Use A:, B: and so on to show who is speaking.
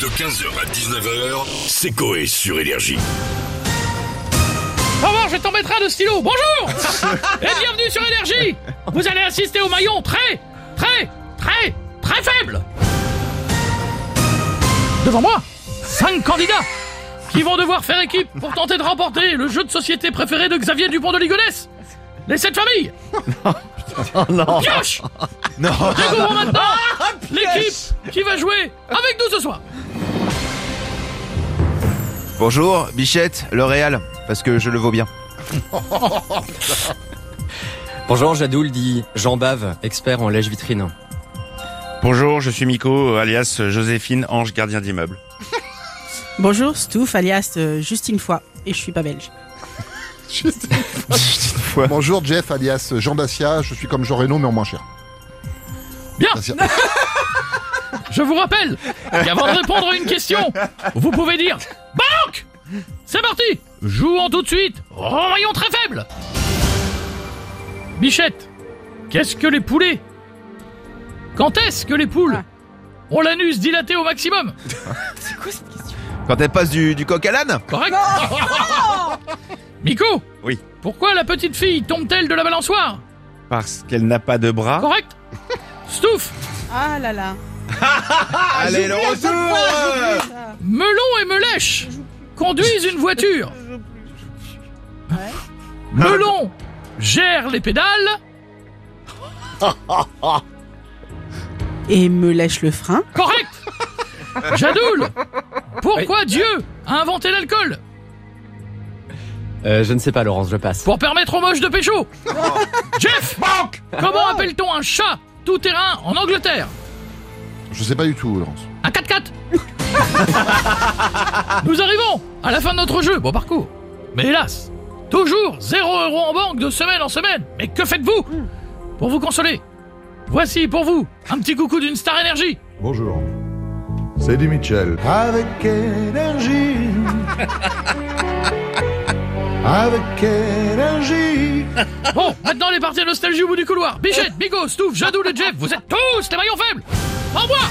A: De 15h à 19h, c'est Coé sur Énergie.
B: Au revoir, je t'en mettrai un de stylo. Bonjour et bienvenue sur Énergie. Vous allez assister au maillon très, très, très, très faible. Devant moi, cinq candidats qui vont devoir faire équipe pour tenter de remporter le jeu de société préféré de Xavier Dupont de Ligonnès. Les sept familles.
C: non.
B: Pioche Découvrons maintenant l'équipe qui va jouer avec nous ce soir.
C: Bonjour, Bichette, L'Oréal, parce que je le vaux bien.
D: Bonjour, Jadoul dit Jean Bave, expert en lèche vitrine.
E: Bonjour, je suis Miko, euh, alias Joséphine, ange gardien d'immeuble.
F: Bonjour, Stouff, alias euh, Justine Foy, et je suis pas belge.
G: Bonjour Jeff alias Jean Dacia, je suis comme Jean Reno mais en moins cher.
B: Bien.
G: Dacia.
B: Je vous rappelle qu'avant de répondre à une question, vous pouvez dire Banque C'est parti Jouons tout de suite au rayon très faible Bichette, qu'est-ce que les poulets Quand est-ce que les poules ont l'anus dilaté au maximum
C: Quand elle passe du, du coq à l'âne
B: Correct Miko
E: Oui.
B: Pourquoi la petite fille tombe-t-elle de la balançoire
E: Parce qu'elle n'a pas de bras.
B: Correct Stouff
F: Ah là là.
C: Allez, le retour
B: Melon et Melèche conduisent une voiture. Melon gère les pédales.
F: Et me lèche le frein.
B: Correct Jadoul Pourquoi Dieu a inventé l'alcool
D: Euh, je ne sais pas, Laurence, je passe.
B: Pour permettre aux moches de pécho Jeff Comment appelle-t-on un chat tout-terrain en Angleterre
G: Je sais pas du tout Laurence.
B: Un 4x4 Nous arrivons à la fin de notre jeu, bon parcours. Mais hélas, toujours 0 euro en banque de semaine en semaine. Mais que faites-vous Pour vous consoler, voici pour vous un petit coucou d'une star énergie.
H: Bonjour. C'est dit Mitchell. Avec énergie. Avec énergie.
B: Bon, maintenant les parties nostalgie au bout du couloir. Bichette, Bigo, Stouff, Jadou, le Jeff, vous êtes tous les maillons faibles Au revoir